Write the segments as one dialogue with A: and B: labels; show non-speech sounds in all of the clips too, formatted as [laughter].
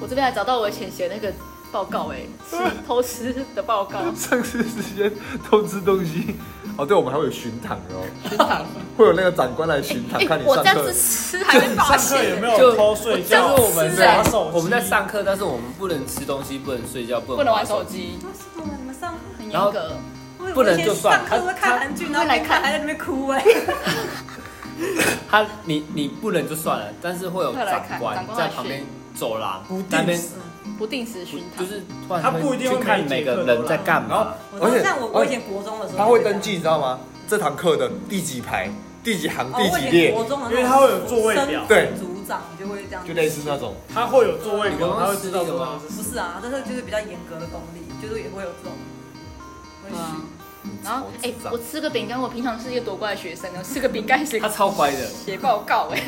A: 我这边还找到我以前写那个报告、哎，是偷吃的报告。哎
B: 上市时间偷吃东西。哦，对，我们还会有巡堂的哦，
C: 天堂。
B: [laughs] 会有那个长官来巡堂，
A: 哎、
B: 看你
A: 我
B: 上
A: 这样
B: 课
A: 子。吃还被发
D: 上课
A: 现
D: 有
A: 欸、
D: 没
C: 就
D: 有偷睡觉？啊
A: 我们在
D: 玩手机，
C: 我们在上课，但是我们不能吃东西，不能睡觉，不
A: 不
C: 能
A: 能
C: 玩
A: 玩手
C: 手机。
A: 机，
E: 为什么你们上课
A: 很
C: 然后
A: 严格。
E: 我以为
C: 不能就算
E: 我以前上课会看韩剧，然后边看还在那边哭哎、
C: 他你你不能就算了，但是会有
A: 会来
C: 长
A: 看
C: 官
A: 长官
C: 在
A: 来
C: 旁边
A: 巡
C: 走廊
D: 不定
C: 那边
D: 时
A: 不定时巡堂，
C: 就是突然
D: 他不一定
C: 去
D: 会
C: 看
D: 每节
C: 每
D: 课
C: 个
D: 都
C: 人在
D: 来
C: 干
B: 然后
C: 嘛。
E: 我
B: 而且
E: 说像我我以前国中的时候，
B: 他会登记，你知道吗？这堂课的第几排、第几行、
E: 哦，
B: 第几
E: 我以前
B: 列，
E: 国中的时
D: 因
E: 候，
D: 为他会有座位表
B: 对
E: 组长就会这样，
B: 就类似那。种。
D: 他会有座位表，
C: 你
D: 他
C: 刚
D: 会
C: 刚
D: 知道
C: 吃那个吗
D: 说
E: 不是啊，但是就是比较严格的功力，就是也会有这种。会
A: 对啊
E: 许哦
A: 然后，哎、
C: 超
A: 我吃个饼干，我平常是一个多乖的学生，我吃个饼 [laughs] 干写
C: 他超乖的，
A: 写报告、哎，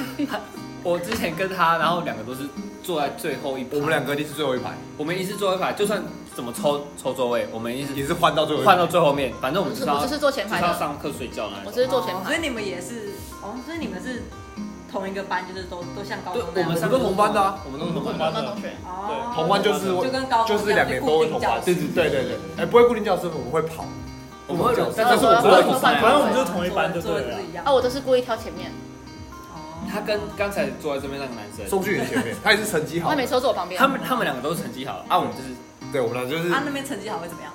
C: 我之前跟他，然后两个都是坐在最后一排。
B: 我们两个一定是最后一排，
C: 我们一次坐一排，就算怎么抽抽座位，我们一直
B: 也是换到最后一排。
C: 换到最后面，反正我
A: 我
C: 们
A: 就是
C: 知道
A: 我就是坐前
C: 就是
A: 排
C: 要
A: 的，
C: 上课睡觉那
A: 我
C: 一
A: 就
C: 种。
A: 是坐前
E: 哦所以
A: 排。
E: 你们也是，哦，所以你们是同一个班，就是都都像高
C: 对
E: 中
C: 我
E: 那，样。
C: 们三
B: 我
C: 个
B: 们都同班的啊
C: 我们都是同班
D: 我
C: 的。
D: 们
A: 那同学，
E: 哦，
B: 同班就是
E: 就跟高中
B: 就是两年都会同班，
E: 一样就固定教室
B: 对对对对对，哎，不会固定教室，我们会跑，
C: 我们会
B: 教室，
C: 但
B: 但
C: 是
B: 是我
C: 我们
B: 不
C: 不会
B: 会
C: 同
B: 同
C: 班
B: 班。
D: 反正我们就同一班就对了
E: 座位是一样
A: 啊，我都是故意挑前面，
E: 哦
C: 他跟刚才坐在这边那个男生，
B: 宋俊宇前面，他也是成绩
A: 我
B: 好
A: 也
B: 的。
A: 哦没说坐我旁边，
C: 他们他们两个都是成绩好的啊，我们就是
B: 对，我们俩就是
E: 啊那边成绩好会怎么样？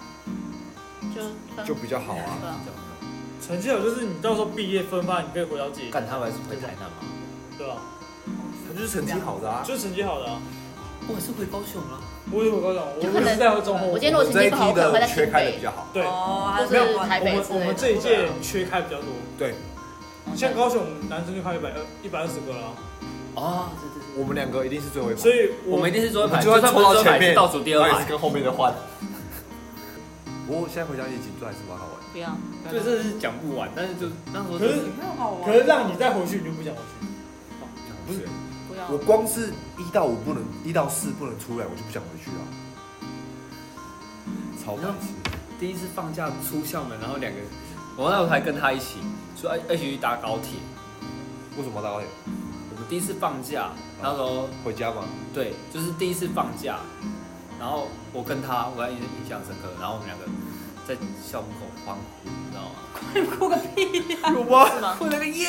A: 就嗯
B: 就比较好啊。
A: 对啊
D: 成绩好，就是你到时候毕业分发，你可以回到自己，
C: 干他们是回台南吗？
D: 对吧？
B: 他就是成绩好的啊。
D: 就是成绩好的啊，
C: 我是回高雄了，
D: 我也有高中，我
A: 就可
D: 我也
A: 能
D: 是在中后
A: 我。今天如果成
B: 这
A: 绩
B: 一
A: 不好，
B: 批
A: 我可能会在
B: 的
A: 新
B: 缺开的比
A: 北，
B: 较好，
D: 对，
E: 哦，还
A: 没有
E: 关
A: 台
D: 我
A: 北
D: 们
A: 之类的哦
D: 我们这一届缺开比较多，
B: 对
D: 像高雄男生就开一百二一百二十个了啊，
C: 哦，对对对，
B: 我们两个一定是最后一排，
D: 所以
C: 我们一定是坐
B: 我
C: 一排，
B: 们就算
C: 算不
B: 抽到
C: 是坐一排
B: 前面，
C: 是倒数第二
B: 然后也是
C: 排，
B: 跟后面的换。不过现在回想起锦州还是蛮好玩的。
A: 不要，
C: 对，真的是讲不完，但是就那时
D: 可
C: 候就是
E: 没有好玩。
D: 可是让你再回去，你就不想回去。
B: 不是，
A: 不要
B: 我，光是一到五不能，一到四不能出来，我就不想回去啊。超白痴，
C: 第一次放假出校门，然后两个，我那时候还跟他一起，说一起去搭高铁。
B: 为什么要搭高铁？
C: 我们第一次放假，那时候
B: 回家吗？
C: 对，就是第一次放假，然后我跟他，我还印印象深刻，然后我们两个在校门口欢呼，你知道吗？
E: 哭个屁呀！
B: 有吗？
A: 是吗？
C: 我那个耶，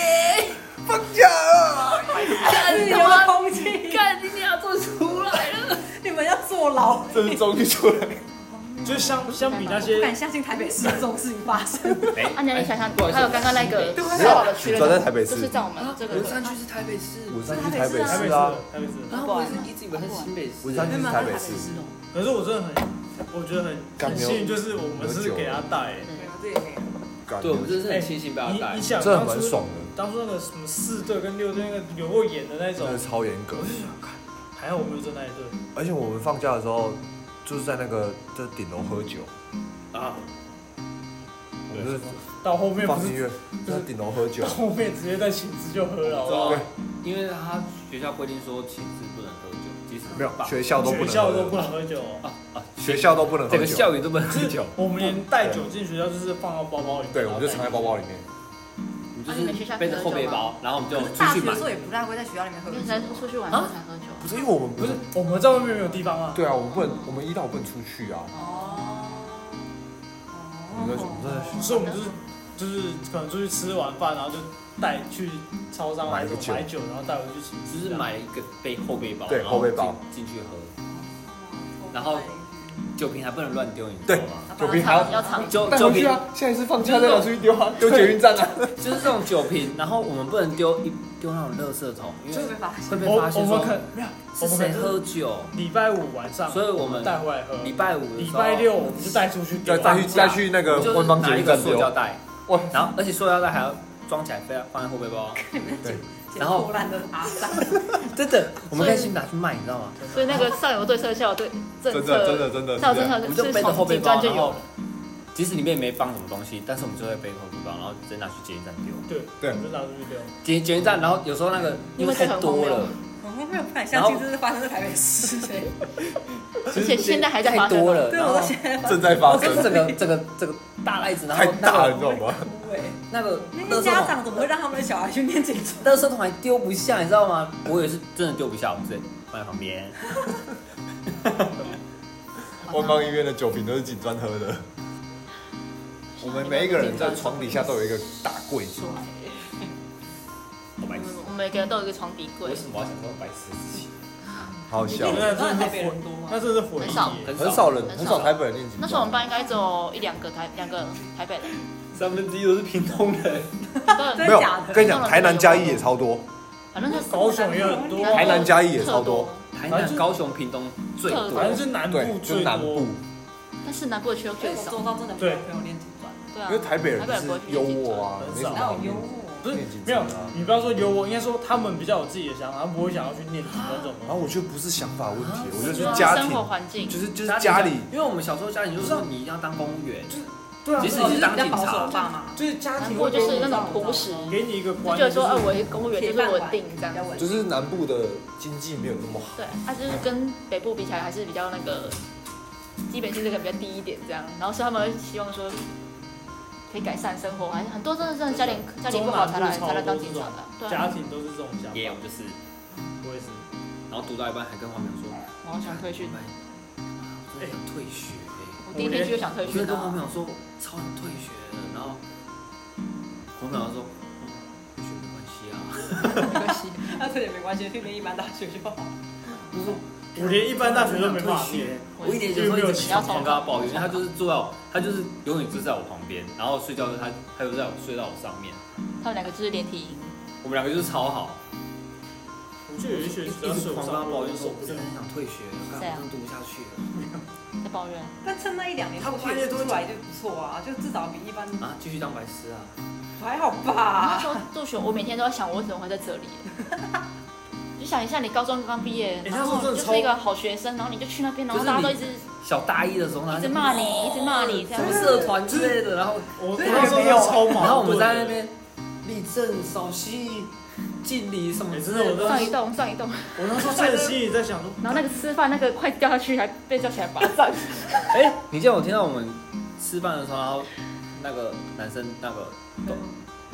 B: 放假啊了，
E: 自由的空气，
A: 干，今天要做出来了，
E: 你们要坐牢。
B: 这是终于出来。
D: 就是相相比那
E: 不
D: 些
E: 敢相信台北市有这种事情发生。
C: 没，
A: [laughs] 啊，那你想想
C: 哎不好，意思
A: 还有刚刚那个
E: 对
A: 烧烤的区的，
B: 转在台北市啊
A: 就是在我们这个
C: 文山区是台北市，
B: 我上去台北
D: 台北
B: 市
D: 市
B: 啊
D: 的，台北市的，
C: 然后我一直一直以为它是新北市，
B: 文山区是台北市，啊
E: 哦。
D: 可是我真的很，我觉得很
B: 干
D: 很幸运，就是我们是给他带、欸。
E: 对啊，这也没有。
B: 干
C: 对，我们真的是很庆幸被他
D: 你
C: 带
D: 你。想
B: 这
D: 当
B: 蛮
D: 初
B: 爽的，
D: 当初那个什么四队跟六队那个有够演的那种
B: 真，的超严格
D: 我。就想看，还好我没有在那一队。
B: 而且我们放假的时候，就是在那个在顶楼喝酒，
C: 啊，
B: 我们就是
D: 到后面不
B: 放音
D: 是
B: 乐，就在顶楼喝酒
D: [laughs] 到。后面直接在寝室就喝了，好不好？
C: 对，因为他学校规定说寝室不能喝酒，即使
B: 没有，学
C: 学
B: 校都不
D: 学
B: 能
D: 校都不
B: 喝，
D: 能喝酒哦，
B: 学校都不能
C: 整
B: 喝
C: 个
B: 酒。
C: 校园都不能喝
D: 就是
C: 酒，
E: 哦
D: 我们连带酒进学校就是放到包包里面，
B: 对，我们就藏在包包里面。
C: 我们就是背着后背包，然后我们就
E: 可哦是
C: 出
E: 大
C: 去
E: 学
C: 买
E: 的时。候也不太会在学校里面喝
A: 因
E: 酒
A: 为。在出去玩就
C: 啊
A: 才喝酒，
B: 不是因为我们
D: 不是我们在外面没有地方啊，
B: 对啊，我们不能，我们一到五不能出去啊。
E: 哦。
B: 我们在我们在
D: 所以我们就是就是可能出去吃完饭，然后就带去超商
B: 买
D: 买
B: 个酒
D: 买酒，然后带回去寝
C: 只
D: 室，
C: 是买了一个背后背包，
B: 对
C: 然后
B: 后背包
C: 进进去喝，
E: 哦
C: 酒瓶还不能乱丢，你知道
B: 对
C: 吗？
B: 酒瓶还要
A: 要藏
C: 酒
B: 带
C: 酒
B: 回去
C: 瓶
B: 啊！下一次放假再拿出去丢啊，丢捷运站啊。
C: [laughs] 就是这种酒瓶，然后我们不能丢一丢那种垃圾桶，因
E: 就
C: 为
E: 是被发现。
C: 会被
D: 我
C: 发
D: 我
C: 现
D: 们可
C: 说
D: 能没有，我
C: 是
D: 们可
C: 谁
D: 能
C: 喝酒，
D: 礼拜五晚上，
C: 所以我们
D: 带回来喝。
C: 礼拜五的
D: 礼
C: 时候
D: 拜六我们就带出去丢
B: 再
D: 啊，
B: 再去再去那个
C: 就是
B: 官方
C: 拿
B: 捷
C: 一
B: 运
C: 个
B: 站
C: 塑
B: 丢。
C: 胶袋，
B: 哇，
C: 然后而且塑料袋还要装起来，非要放在后背包啊。然后
E: 破烂的爬山，
C: 真的，我们可以去拿去卖，你知道吗？
A: 所以那个上游对社校对政
B: 真
A: 策
B: 的真的真的
A: 校政
B: 是这样
A: 策
C: 我
A: 呃是
C: 们就背着后
A: 从
C: 背
A: 警
C: 包，
A: 专就
C: 然
A: 有
C: 后
A: 了，
C: 即使里面没放什么东西，但是我们就会背后背包，然后直接拿去捷运站丢。
A: 嗯
D: 对
B: 对
D: 我们就拿出去丢。
C: 捷捷运站，然后有时候那个因为太多了，
E: 我们没有不敢相信这是发生在台北市。
A: 而且现在还在
C: 太
A: 发生
C: 多了，
E: 对，
C: 然后
E: 我到现在
B: 正在发
C: 我跟
B: 生，
C: 整个整个整个大袋子，然后
B: 太
C: 那
B: 大
C: 个
B: 了，你知道吗？
E: 哭哎。
C: 那个
E: 那
C: 垃
E: 些
C: 圾
E: 家
C: 桶，
E: 长怎么会让他们的小孩去念警察？
C: 垃圾桶还丢不下，你知道吗？我也是真的丢不下，我直接放在旁边。
B: 万邦医院的酒瓶都是警专喝的。我们每一个人在床底下都有一个大柜子，
A: 说，
C: 好
A: 我
C: 白痴
A: 们，我们每个人都有一个床底柜
C: 为，什么我要想到白痴的事情？
B: 好笑
D: 你
E: 你。
D: 那
E: 们
D: 真的是
E: 台北人多吗？
D: 那真的是回忆
A: 很少
D: 耶。
B: 很少人，
A: 很
B: 很
A: 少
B: 少台北人念警
A: 那时候我们班应该只有一两个台两个台北人，
C: 三分之一都是屏东
A: [laughs]
C: 人，
A: 对，
E: 真
B: 没有
E: 的假的，
B: 跟你讲，台南嘉义也超多，
A: 反正就是
D: 高雄也很多，
B: 台南嘉义也超
A: 特
B: 多
A: 多，，
C: 台
D: 反
A: [laughs]
D: 正就
C: 南、高雄、屏东最
A: 特
C: 多
A: 多。
D: 反正是南
B: 对
D: 部，
B: 就是
D: 最
B: 南部
D: 多。，
A: 但是南部的区又
E: 所以
A: 最
E: 我
A: 少，
E: 周遭真的没有朋友练警专，
A: 对啊
B: 因为，台北人
A: 台
B: 就
A: 北人
B: 是
A: 不会去
B: 优
A: 念警
B: 渥
A: 专，
B: 啊，
D: 很
B: 没什
D: 少
B: 么
E: 哪
B: 好
E: 有
B: 念
E: 幽
B: 的。
E: 默？
D: 不是
B: 念警
D: 没有
B: 专啊，
D: 你不要说有我，应该说他们比较有自己的想法，他们不会想要去念警专这种
B: 然后
D: 东西。
B: 我觉得不是想法问题，我觉得
A: 就是是
B: 家
A: 啊生活
B: 庭，
A: 环境，
B: 就是就是家里，
C: 因为我们小时候家里就是说你一定要当公务员，
D: 对啊，
C: 即
E: 就
C: 使
E: 是
C: 你是
E: 比较
C: 当
E: 保
C: 警
E: 守的
C: 察，
E: 爸妈，
D: 就是家
A: 南
D: 庭
A: 部
D: 会
A: 就是那种朴实，
D: 给你一个
A: 就
D: 观
A: 觉
D: 念，
A: 得说，
D: 就
A: 哎我
D: 是，
A: 一个公务员就是我定这样
E: 比较。稳
B: 就是南部的经济没有那么好。
A: 对，它、就是跟北部比起来，还是比较那个基本薪资可能比较低一点这样。然后所以他们会希望说可以改善生活，还是很多真的真的家庭家庭不好才来才来当警察的，对啊。
D: 家庭都是这种想
C: 也有
D: 法。
C: 就是，
D: 我也是，
C: 然后读到一半还跟黄淼说，
A: 我好想退训，
C: 我真的哎想退学欸
A: 我第一天去就想退
C: 我就
A: 训
C: 跟
A: 啊。
C: 黄淼说，我超想退学的，然后黄淼说，嗯退学没关系啊，
E: 没关系，那这也啊没关系，去念一般大学就好。
C: 我说
D: 我连一般大学都没办法
C: 退
D: 念
C: 学。我一点就会一直起床跟他抱怨，因为他就是坐在我，他就是永远就在我旁边，然后睡觉他他又在我睡到我上面，
A: 他们两个就是连体婴，
C: 我们两个就是超好，
D: 我就有一
C: 一
D: 学期只要
C: 直
D: 睡不
C: 狂跟他
D: 上，
C: 抱
D: 我
C: 怨
D: 就
C: 说
D: 受
C: 我
D: 不
C: 真
D: 了
C: 的。很想退学，干
A: 谁啊
C: 我真的读不下去了。
A: 在抱怨。
E: [laughs] 但趁那一两年
C: 他
E: 出
C: 发现
E: 去
C: 多久
E: 出来就不错啊，就至少比一般
C: 啊，继续当白痴啊！
E: 还好
A: 那
E: 吧。 [laughs]
A: 时候助学，啊我每天都在想，我为什么会在这里？你就想一下，你高中刚毕业，
D: 那
A: 然
D: 时候
A: 后
D: 真的
A: 你就
D: 超
A: 是一个好学生，然后你就去那边，然
C: 就
A: 后
C: 是
A: 大家都一
C: 你
A: 直
C: 小大一的时候，然后
A: 一直骂你，一直骂你这
C: 什
A: 样
C: 么
A: 子。
C: 社团之类的，然后
D: 我我
E: 对
D: 那时候真的超忙，
C: 然后我们在那，边立正、扫息、敬礼什么
D: 哎
C: 之
D: 真的
C: 类
D: 我
C: 的。
D: 都
A: 上一栋，上一栋，
D: 我那时候真
C: [laughs]
D: 的心里在想说，
A: 然后那个吃饭那个快掉下去，还被叫起来罚站。
C: 哎、你记得我听到我们吃饭的时候，然后那个男生那个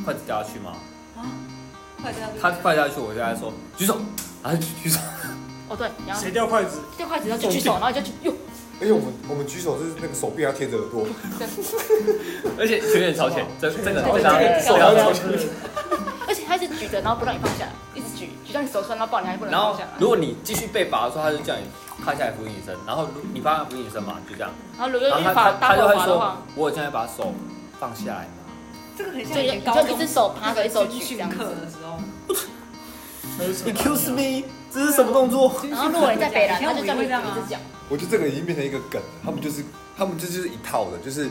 C: 筷子掉下去吗？
E: 快这样
C: 他筷子掉下去，我就在说举手，然后举举手，
A: 哦对，然后
D: 谁掉筷子？
A: 这筷子要举手，然后就举哟，
B: 而且我们我们举手就是那个手臂要贴着耳朵，
C: [laughs] 而且全员朝前，这这个
A: 对
C: 这个
A: 对
C: 手
A: 对
C: 要
A: 对
C: 朝
A: 对
C: 前。
A: 而且他是举着，然后不让你放下，一直举，举到你手酸，然后抱你还不能
C: 然后
A: 放下。
C: 如果你继续被罚的时候，他就叫你趴下来扶你一身，然后如你趴下来扶你一身嘛，就这样。
A: 然后如果
C: 然
A: 遇
C: 后
A: 法
C: 他
A: 打
C: 他就
A: 火
C: 会
A: 罚的
C: 说
A: 话，，
C: 我有现在把手放下来嘛。
E: 这个很
A: 就
E: 像以
A: 你
E: 前高
A: 就
E: 中
A: 一只手趴着，一手
E: 军
A: 举这
E: 训
A: 样
E: 课
A: 子。
E: 的时候，
C: Excuse me，这是什么动作？
A: 嗯然后如果你在北兰，他就叫你
E: 会
A: 举
E: 这样啊
A: 一只脚。
B: 我觉得这个已经变成一个梗了。他们就是他们这就是一套的，就是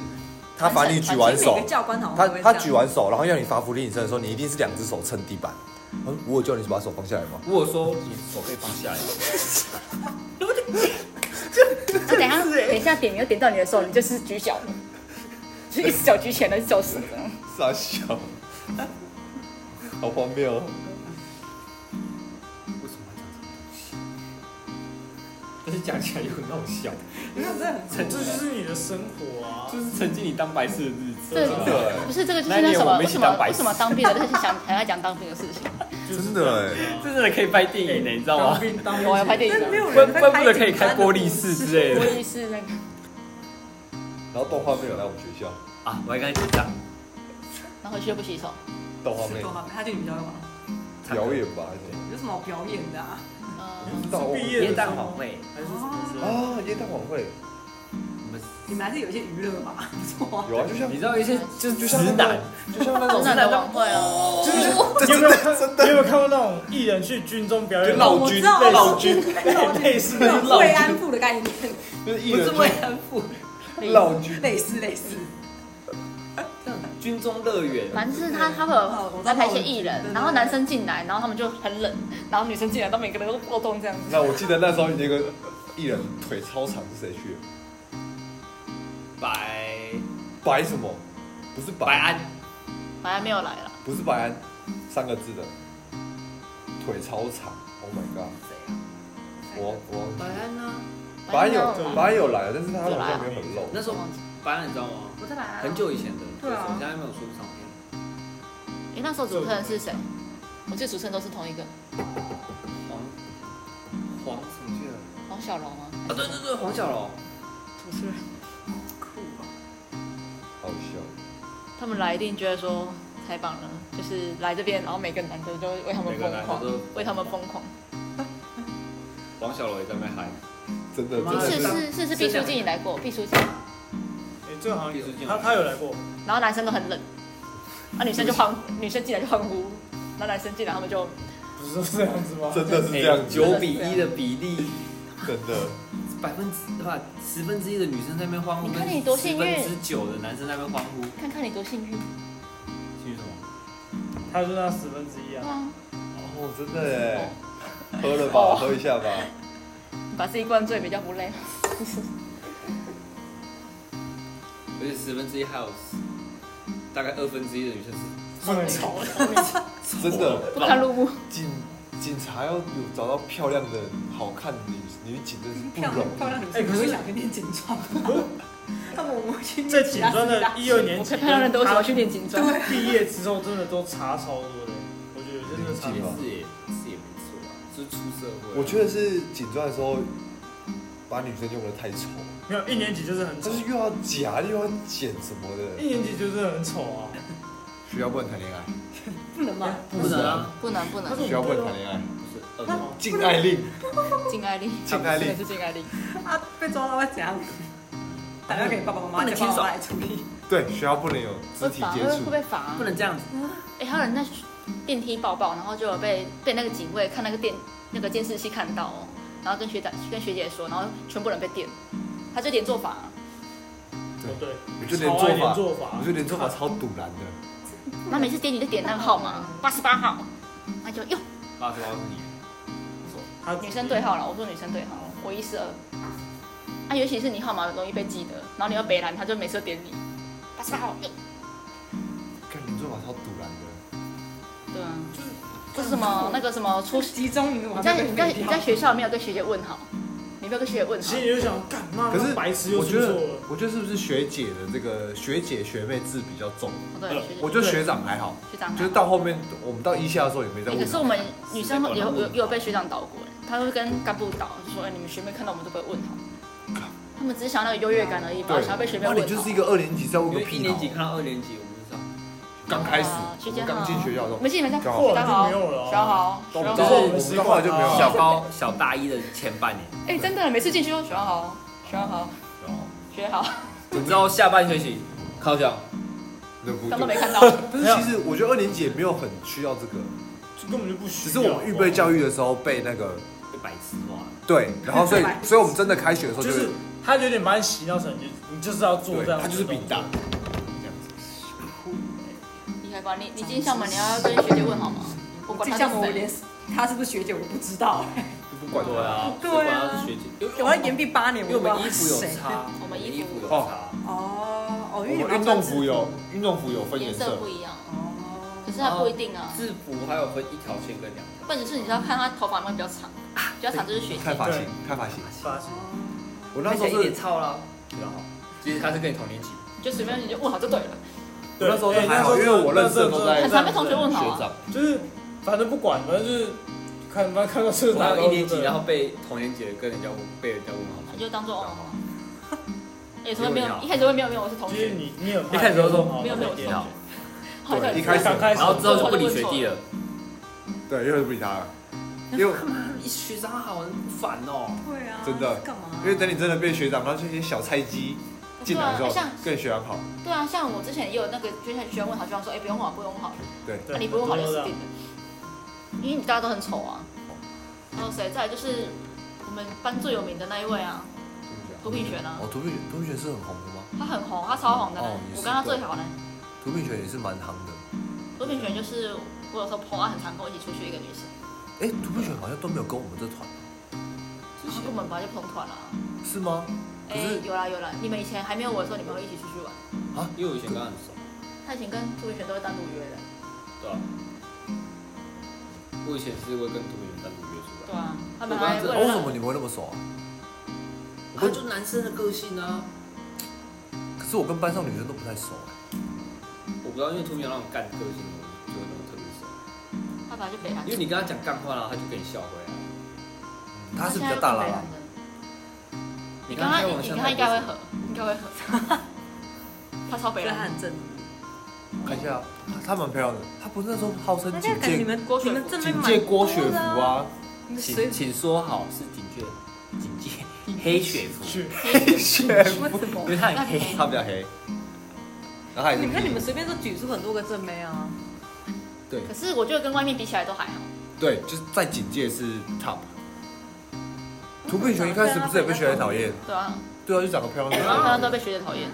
B: 他罚你举完手
E: 每个，教官好
B: 他
E: 像都会这
B: 他
E: 样
B: 举完手，然后要你罚伏地挺身的时候，你一定是两只手撑地板。嗯，我有叫你把手放下来吗？
C: 如果说你手可以放下来，
A: 就等一下等一下点名要点到你的时候，你就是举脚 [laughs] 的，就一只脚举起来，一只脚死这样。
B: 傻啊笑，好荒谬哦！
C: 为什么要讲这个东西？但是讲起来又很好笑，
E: 你看这很
D: 这就是你的生活啊
C: 就！是曾经你当白痴的日子。
A: 对
C: 真的
A: 不是这个，就是
C: 那
A: 那
C: 你有
A: 什么
C: 没
A: 为
C: 有
A: 什
C: 想
A: 么
C: 当白痴
A: 为什么当兵的， [laughs] 但是想很爱讲当兵的事情。
D: 就是
B: 真的哎
C: 这真的可以拍电影呢，你知道
D: 当
C: 吗？
D: 兵当兵
A: 我要拍电影
E: 但没有人
C: 分
E: 会
C: 分
E: 拍
C: 不得可以
E: 警察
C: 开
E: 的
C: 玻
E: 故
C: 璃室
E: 事
C: 之
E: [laughs]
C: 类
A: 我
C: 的
A: 也是那个，
B: 然后动画没有来我们学校，
C: 啊！我还跟他讲
A: 然后回去就不洗手，
B: 动画
E: 是
B: 妹
E: 多好，他就比较忙。
B: [laughs] 表演吧还是什么？
E: 有什么好表演的啊？
B: 不知
A: 嗯，
B: 道
D: 是毕业
C: 耶
D: 的时
C: 诞
D: 候
C: 晚
B: 哦
C: 会，
D: 还是什么时候？
B: 啊，夜店晚会
C: 我们
E: 你们还是有一些娱乐吧，不错啊。
B: 有啊，就像
C: 你知道一些就是
B: 就
C: 直
B: 像那
C: 男
B: 个，就 [laughs] 像那种
A: 真的的晚会哦，
B: 这
D: 你有
B: 真
D: 没有
B: 的
D: 看？
B: 真
D: 你有
B: 的
D: 没有看过那种艺人去军中表演？
B: 老
E: 哦我
B: 君
E: 知道
D: 类
E: 老
D: 似
E: 君， [laughs] 老君
D: 类似
E: 那
D: 那
E: 种
D: 种
E: 慰安妇的概念，不
B: 就是艺
E: 是
B: 人
E: 慰安妇，
B: 去闹剧，
E: 类似类似。
C: 军中乐园，
A: 反正就是他他会有安排一些艺人，然后男生进来，然后他们就很冷，然后女生进来，都每个人都过动这样子。
B: 那我记得那时候有一个艺人腿超长是谁去的？
C: 白
B: 白什么？不是
C: 白
B: 白，
C: 安，
A: 反正没有来了，
B: 不是白安，三个字的，腿超长。Oh my god！我我
C: 白安哦呢？
B: 白安
A: 没
B: 有白
A: 来
B: 安有来，但是他好像没有很露。
C: 那时候白安你知道吗？
A: 我在白安
C: 很。久以前的，
E: 对啊
C: 我们家没有出唱片。
A: 哎，那时候主持人是谁？我记得主持人都是同一个，
C: 黄黄什么去了？
A: 黄黄小龙吗？
C: 啊，对对对，黄小龙，
A: 主持人酷啊！
B: 好笑，
A: 他们来一定觉得说太棒了，就是来这边，然后每个男的都为他们
C: 每个
A: 疯
C: 男的
A: 狂，
C: 都
A: 为他们疯狂。
C: 黄小龙也在那边嗨，
B: 真的
D: 妈
B: 真的
D: 的
A: 是
B: 是
A: 是是是，毕书尽你来过，毕书尽，
D: 哎，这个好像有
C: 毕书尽
D: 他他有来过，
A: 然后男生都很冷，啊女生就欢，女生进来就欢呼，然后男生进来他们就
D: 不是都是这样子吗？
B: 真的 [laughs] 是这样子，
C: 九比一的比例，
B: 真的
C: 百分之对吧？十分之一的女生在那边欢呼，
A: 你看你多幸运
C: 十分之九的男生在那边欢呼，
A: 看看你多幸运，
C: 幸运什么？
D: 他说他十分之一
A: 对
D: 啊，
A: 啊，
B: 哦，真的哎，喝了吧，喝一下吧，
A: 你把自己灌醉比较不累。
C: 而且十分之一还有大概二分之一的女生是
D: 不能吵，
B: 真的
A: 不堪入目，
B: 警警察要有找到漂亮的、好看的女女警，真是不
E: 漂
B: 容
E: 亮漂
B: 易。
E: 亮女
D: 哎
E: 生
D: 可
E: 不
D: 是
E: 会想去念警 [laughs] 专吗？他们我们去
D: 在
E: 念其
D: 警
E: 他
D: 专
E: 四
D: 的
E: 大
D: 一二年
A: 我
D: 级
A: 看，漂亮人都想要去练精装，
D: 毕业之后真的都差超多的，我觉得有些真的差
C: 也
D: 超多。
C: 是也是也没错啊，就是出社会啊，
B: 我觉得是警专的时候，把女生用的太丑，
E: 嗯
D: 没有一年级就是很
B: 就
D: 丑，
B: 是又要夹又要剪什么
D: 一
B: 的，
D: 年级就是很丑啊。
B: 需要不能谈恋爱，
E: 不能吗？
C: 不能啊，
A: 不能不能，
B: 需要不能谈啊恋爱，
C: 不是二十
B: 禁爱令，
A: 敬爱力，
B: 禁
A: 真的
B: 爱令，
A: 是敬爱力。
E: 他啊被抓到会怎样？打电话给爸爸妈妈，
C: 不能
E: 叫爸
C: 牵手
E: 爸来处理。
B: 对，学校不能有肢
A: 会
B: 体
A: 罚，
B: 接
A: 会会
B: 触，
A: 被罚、啊？
C: 不能这样子，
A: 哎、还有人在电梯抱抱，然后就有被被那个警卫看那个电那个监视器看到哦，然后跟学长跟学姐说，然后全部人被电，他就连坐法、
D: 哦对，
B: 我就连
D: 超
B: 做
D: 爱连
B: 法，
D: 做法
B: 我，就连做法超堵然的，
A: 那每次点你就点那个号码八十八号，那就哟
C: 八十八啊是你，
D: 他
A: 女生对号了，我说女生对号，我一四二，啊，尤其是你号码容易被记得，然后你又北蓝，他就每次都点你八十八号，哟，
B: 看连做法超堵然的，
A: 对啊，就是什么
B: 嗯
A: 那个什么出
E: 出，集中营，
A: 你
E: 我还
A: 在
E: 没
A: 你在你
E: 被废
A: 在
E: 掉。
A: 学校没有跟学姐问好，你没有跟学姐问好
D: 心。里就想，干妈
B: 可是
D: 那啊白痴又
B: 我
D: 出
B: 觉
D: 错
B: 得
D: 了。
B: 我觉得是不是学姐的这个学姐学妹制比较重，
A: 哦对，学姐
B: 我觉得学长还好，
A: 学长
B: 就是到后面我们到一下的时候也没
A: 欸
B: 在
A: 可
B: 问
A: 是
B: 他，
A: 我们女生有有有被学长导过，他会跟干部导，就说：“哎、你们学妹看到我们都不会问好。”他们只是想要那个优越感而已，不
B: 对，
A: 想要被学妹
B: 哇
A: 问好。
B: 你就是一个二年级在问
C: 因
B: 个啊
C: 为一
B: 屁
C: 年级
B: 呢，
C: 看到二年级，我们就知道。
B: 刚开始
A: 啊，学
B: 我
A: 姐
B: 们刚进
A: 好
B: 学校的时候
A: 我。们进门在
B: 刚好
A: 学长好，
D: 后来就没有了啊
A: 学长好，
B: 到
A: 学长
B: 我们到
A: 好
B: 我。们到后来就没有啊
C: 小
B: 了，
C: 高小大一的前半年，
A: 哎、真的，每次进去都学长好，学长好，学好，
B: [laughs]
C: 你知道下半学期靠奖，
B: 忍不
A: 当
B: 住
A: 都没。看到。
B: 但是其实我觉得二年级也没有很需要这个，
D: 就根本就不需
B: 只
D: 要。
B: 是我们预备教育的时候被那个
C: 被白痴化了。
B: 对，然后所以
E: 白痴
B: 所以我们真的开学的时候
D: 就
B: 就是是
D: 他有点把你洗脑成，你你就是要做
B: 哦对
D: 这样，
B: 他就是比你大，这样子。
A: 厉害吧？你你进校门，你要跟学姐问好吗？我管
E: 进
A: 他
E: 校
A: 是
E: 门我
A: 谁
E: 连。他是不是学姐我不知道，
B: 就不管
C: 对啊，
E: 对啊
C: 所以管他是学姐，因为
E: [laughs] 我要延毕八年，
C: 因为我
E: 不知道
C: 们衣服有
E: 谁
C: 差，
A: 我们
C: 衣
A: 衣
C: 服
A: 服
C: 有差，
E: 哦哦，
B: 我
E: 因为你
B: 们运动服有运动服有分颜
A: 颜
B: 色
A: 色不，一样，
E: 哦
A: 可是它不一定啊。
C: 制服还有分一条线跟两条。
A: 或者是你要看他头发有没有比较长，
B: 啊
A: 比较长就是学姐。
B: 看发型，看发型。
D: 发型。
B: 我那时候
C: 看起来一
B: 是
C: 脸操了，然后其实他是跟你同年级，
A: 你就随便你就问好就对了。
D: 对，
B: 那时候是
D: 哎
B: 还好
D: 那时
B: 因为我认识的都在
A: 很常被同学问好
B: 学
A: 啊。
B: 长，
D: 就是反正不管，反正就是看反正看到是
C: 我还
D: 哪
C: 有一年级，然后被同年级的跟人家问，被人家问好
A: 你。就当做哦。也从来
C: 结果
A: 没
C: 你
A: 有，
C: 好
A: 一开始会没有没有我是同
D: 就是
A: 学，
D: 你你很怕
C: 一开始都说
A: 没有没有我是
D: 对
A: 同学，好像
B: 对，一
A: 也
B: 开始
D: 刚开始
C: 然后之后就不理学弟了，
B: 对，因为不理他了，因为
C: 一学长好烦哦。
E: 对啊，
B: 真的
E: 干嘛？
B: 因为等你真的变学长，然后这些小菜鸡进来之
A: 对啊
B: 后
A: 像，
B: 跟学长好，
A: 对啊，像我之前也有那个，就是学生问好，学长说，哎，不用问好，不用问好，
B: 对，
A: 那你不用问好就死定了，因为你大家都很丑啊。还有谁？再来就是我们班最有名的那一位啊，涂品璇啊，
B: 哦，涂品涂品璇是很红的吗？
A: 他很红，他超红的呢
B: 哦，也是
A: 我跟他最好呢。
B: 涂品璇也是蛮夯的。
A: 涂品璇就是我有时候朋友很常跟我一起出去一个女生，
B: 哎，涂品璇好像都没有跟我们这团，
A: 她跟我们本来就朋友团了啊。
B: 是吗？可
A: 哎
B: 是，
A: 有啦有啦，你们以前还没有我的时候，你们会一起出去玩。
C: 因为我以前跟他很熟，
A: 他以前跟涂品璇都会单独约的。
C: 对吧？我以前是会跟同学单独约出来
A: 对。啊，他们
C: 我刚
A: 还为
C: 刚知道
B: 为什
A: 了
B: 么你们会那么熟啊？
C: 他啊就男生的个性啊，
B: 可是我跟班上女生都不太熟哎。
C: 我不知道，因为同学那种干个性，我就会跟我特别熟。
A: 他本来就北韩
C: 因为，你跟他讲干话啦，他就跟你笑回来。
B: 她是比较大啦啦，
A: 的，
C: 你
A: 跟
C: 刚
A: 他，
C: 刚
A: 你跟他应该会合，应该会合。 [laughs] 他超北
E: 觉得他
A: 蓝，
E: 很正。
B: 看一下，啊他蛮漂亮的。他不是那时候号称
E: 那这
B: 警
E: 样感觉你
B: 戒
E: 们
A: 郭雪
E: 你
A: 芙
E: 们正面
B: 警
E: 蛮
B: 戒郭雪芙
E: 多
B: 啊？
E: 的啊，谁
C: 请请说好是警戒警
A: [laughs]
C: 戒黑雪服，
D: 去
E: 啊
B: [laughs]
E: [laughs]
B: 雪
E: 为什么
C: 因？
B: [laughs]
C: 为他很黑，
B: 他比较黑，然后他也是
E: 你们看你
B: 屁
E: 们随便都举出很多个正妹啊，
B: 对
A: 可是我觉得跟外面比起来都还好。
B: 对，就是在警戒是 top。涂碧璇一开始不是也被学姐讨厌？
A: 对啊，
B: 对啊，就长得漂亮
A: 然后漂亮
B: 就
A: 都
B: 好。
A: 被学姐讨厌，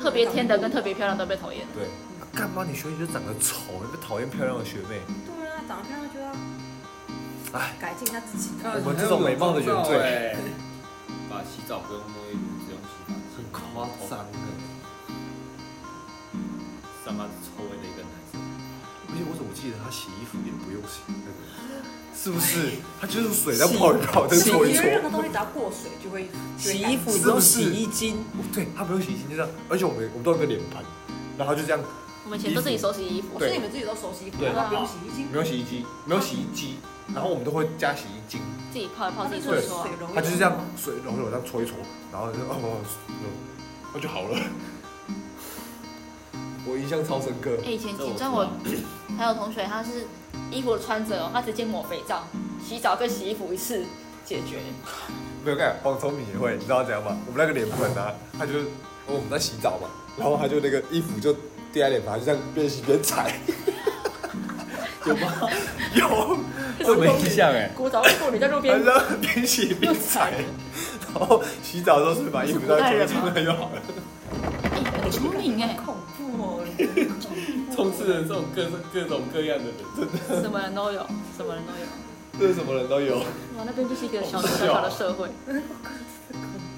A: 特别天的跟特别漂亮都被讨厌。
B: 对，干嘛你学姐就长得丑，你不讨厌漂亮的学妹？
E: 对啊，长得漂亮就要
B: 哎，
E: 改进一下自己。
B: 我们这种美貌的原罪
C: 罪，把洗澡不用沐浴露，只用洗发精，
B: 很夸张
C: 欸
B: 哎！
C: 散发着臭味的一个男生，
B: 而且我怎么记得她洗衣服也不用洗那个，是不是？她就是水在泡一泡，再
E: 哎洗
B: 搓一
E: 其
B: 搓
E: 实。任何东西只要过水就会
C: 洗
A: 啊
C: 衣服
B: 是不
C: 用
B: 是
C: 洗衣 [laughs] 精，
B: 对，她不用洗衣机就这样，而且我们我们都有个脸盘，然后就这样，
A: 我们以前都自己手洗衣服
E: 我，
B: 对
E: 是你们自己都手洗衣服，
B: 对
E: 然后不用洗衣精，
B: 没有洗衣机，没有洗衣机，然后我们都会加洗衣精，
A: 自己泡一泡，自己搓
E: 对
A: 一搓啊。
E: 水溶液
B: 她就是这样水然后这样搓一搓，然后就哦哦，哦那就好了。 [laughs] 我印象超深刻，
A: 哎，以前
C: 这我
A: 警
C: 知
A: 专
C: 道
A: 我还有同学，他是衣服穿着哦，他直接抹肥皂，洗澡跟洗衣服一次解决。
B: 没有看黄聪明也会，你知道怎样吗？我们那个脸盆啊，他就是我们在洗澡嘛，然后他就那个衣服就滴在脸盆，就这样边洗
A: [laughs]
B: 边踩。
C: 有吗？
B: 有，
C: 这没印象哎，
A: 古早味妇女在路边
B: 然后边洗边踩，然后洗澡的时候顺便把衣服再脱进来就好了。
A: 哎，很聪明哎，
E: 恐怖哦，
B: [laughs]
C: 充斥着这种各各种各样的人，真的
A: 什么人都有，什么人都有。
B: 这是什么人都有，
A: 哇，那边就是一个小
C: 好
A: 小
C: 笑
A: 小的社会，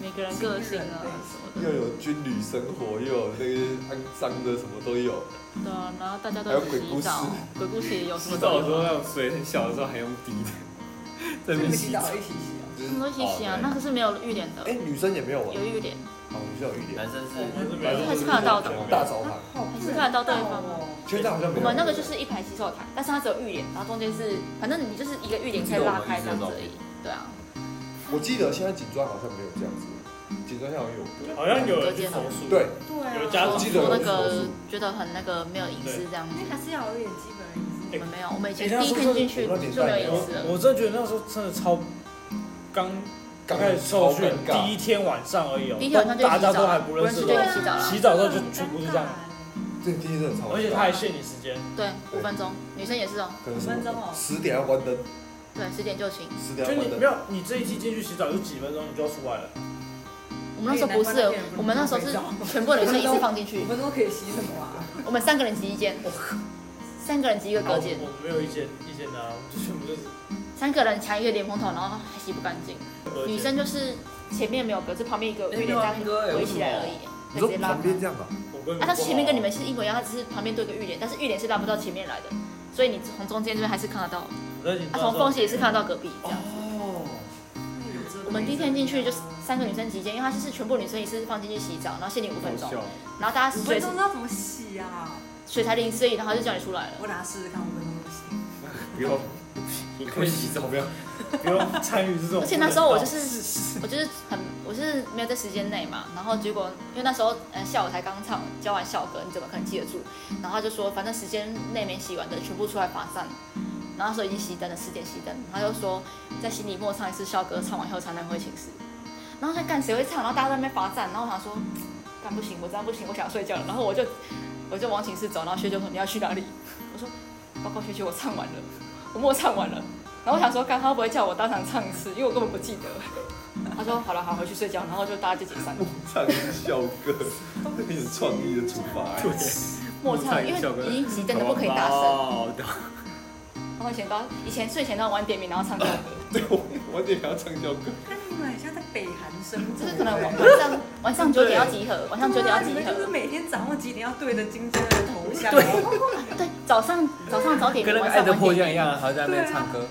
A: 每个人个性啊什么
B: 又有军旅生活，又有那个肮脏的什么都有。
A: 的。对啊，然后大家都
B: 还有
A: 有
B: 鬼
A: 洗
B: 故事
A: 澡，鬼故事也有什么
C: 洗
A: 都
C: 澡的时
A: 有
C: 候
A: 啊。
C: 那种水很小的时候还用滴的，在那
E: 你
C: 边
E: 们
C: 洗
E: 洗 [laughs]
C: 澡
E: 澡，一起洗啊，
B: 就是
A: 什么都一起洗啊
C: 哦，对
A: 那可是没有浴帘的
B: 哎，，女生也没有吗？
A: 有浴帘。
B: 哦，女生有一点。
C: 男生是
E: 我们是没
C: 男
E: 有
C: 生
A: 还是看得到的
B: 大澡堂，
E: 好
A: 还是看得到对方
E: 哦。
B: 其实好像没有。
A: 我们那个就是一排洗手台，但是它只有浴帘，然后中间是，反正你就是一个浴帘可以拉开这样子而已。对啊，
B: 我记得现在警专好像没有这样子，警专好像有。
D: 好像有人去投诉，
B: 对，
E: 对啊，
D: 有家
A: 说
D: 长
B: 记得有
A: 说那
B: 投
A: 个
B: 诉
A: 觉得很那个没有隐私这样子
E: 因为。还是要有一点基本的隐
A: 我们没有，我们以前
D: 哎
A: 第一天进去
B: 那时候
A: 就没有隐私
D: 我
A: 了。
D: 我真的觉得那时候真的超刚刚开始嗯受
B: 超
D: 训
B: 尴尬
D: 第一天晚上而已哦，
A: 第一天晚上就去
D: 大
A: 洗
D: 家
A: 澡
D: 都还
A: 啊，
D: 不
A: 不
D: 认
A: 认
D: 识
A: 识
D: 我，
A: 就去洗澡了
D: 洗。
E: 私。
D: 澡的时候就全部是这样，
B: 这第一真的超尴尬。
D: 而且他还限你时间，
A: 对，五分钟，女生也是哦。
B: 可能是
E: 五分钟哦
B: 十点要关灯，
A: 对，十点就寝。
B: 十点
D: 就
B: 要
D: 你
B: 关灯。
D: 没有你这一季进去洗澡就几分钟你就要出来了，
A: 我们那时候不是，我们那时候是全部女生一 [laughs] 次放进去
E: 五，分钟可以洗什么啊？
A: 我们三个人挤一 [laughs] 间，三个人挤一个隔间，
D: 我我没有意见意见的啊，我 [laughs] 们就全部就是
A: 三个人抢一个莲蓬头，然后还洗不干净。
D: 隔间
A: 女生就是前哎面没有隔，就旁边一个浴帘这样围起来而已，
B: 你
A: 直
B: 说
A: 接拉
B: 旁
A: 开
B: 边。这样哦吧，
D: 我跟
A: 啊，它前面跟你们是一模一样，它只是旁边多一个浴帘，但是浴帘是拉不到前面来的，所以你从中间这边还是看得到，啊，从缝隙也是看得到隔壁
B: 哦
A: 这样。
C: 哦
A: 我们第一天进去就是三个女生集结，因为它是全部女生一次放进去洗澡，然后限你五分钟，然后大家
E: 五
A: 水
E: 分钟知道怎么洗啊？
A: 水才淋湿而已，然后就叫你出来了。
E: 我拿试试看五分钟怎么洗。
B: 不要
C: 你可以洗澡不要，
D: 不用参与这种，
A: [laughs] 而且那时候我就是我就是很，我是没有在时间内嘛，然后结果因为那时候呃下午才刚唱教完校歌，你怎么可能记得住？然后他就说反正时间内没洗完的全部出来罚站，然后那时候已经熄灯了，十点熄灯，他就说在心里默唱一次校歌，唱完以后才能回寝室。然后就干谁会唱？然后大家在那边罚站，然后我想说干不行，我这样不行，我想睡觉了，然后我就我就往寝室走，然后学姐说你要去哪里？我说报告学姐，我唱完了，我默唱完了。然后我想说，刚他会不会叫我当场唱一次？因为我根本不记得。他说好了，好回去睡觉，然后就大家就解散了。
B: 唱校
A: [laughs]
B: 歌，很有创意的出发。
A: 默唱，因为已经熄灯了，不可以大声。
C: 哦对
A: 然后以前都要以前睡前都要晚点名，然后唱歌，
B: 对，我 [laughs] 我也要唱校歌。
E: 看你们很像在北韩生活，
A: 就是可能晚晚上晚上九点要集合，晚上九点要集
E: 对啊你们就是
A: 合。
E: 每天早上几点要对着金针的头像，哦
A: 啊对，早上早上早点
C: 跟
A: 名，
C: 那个
A: 晚
C: 爱
A: 上
C: 的
A: 晚
C: 迫
A: 点
C: 降
A: 名
C: 一。样，还在那边唱歌，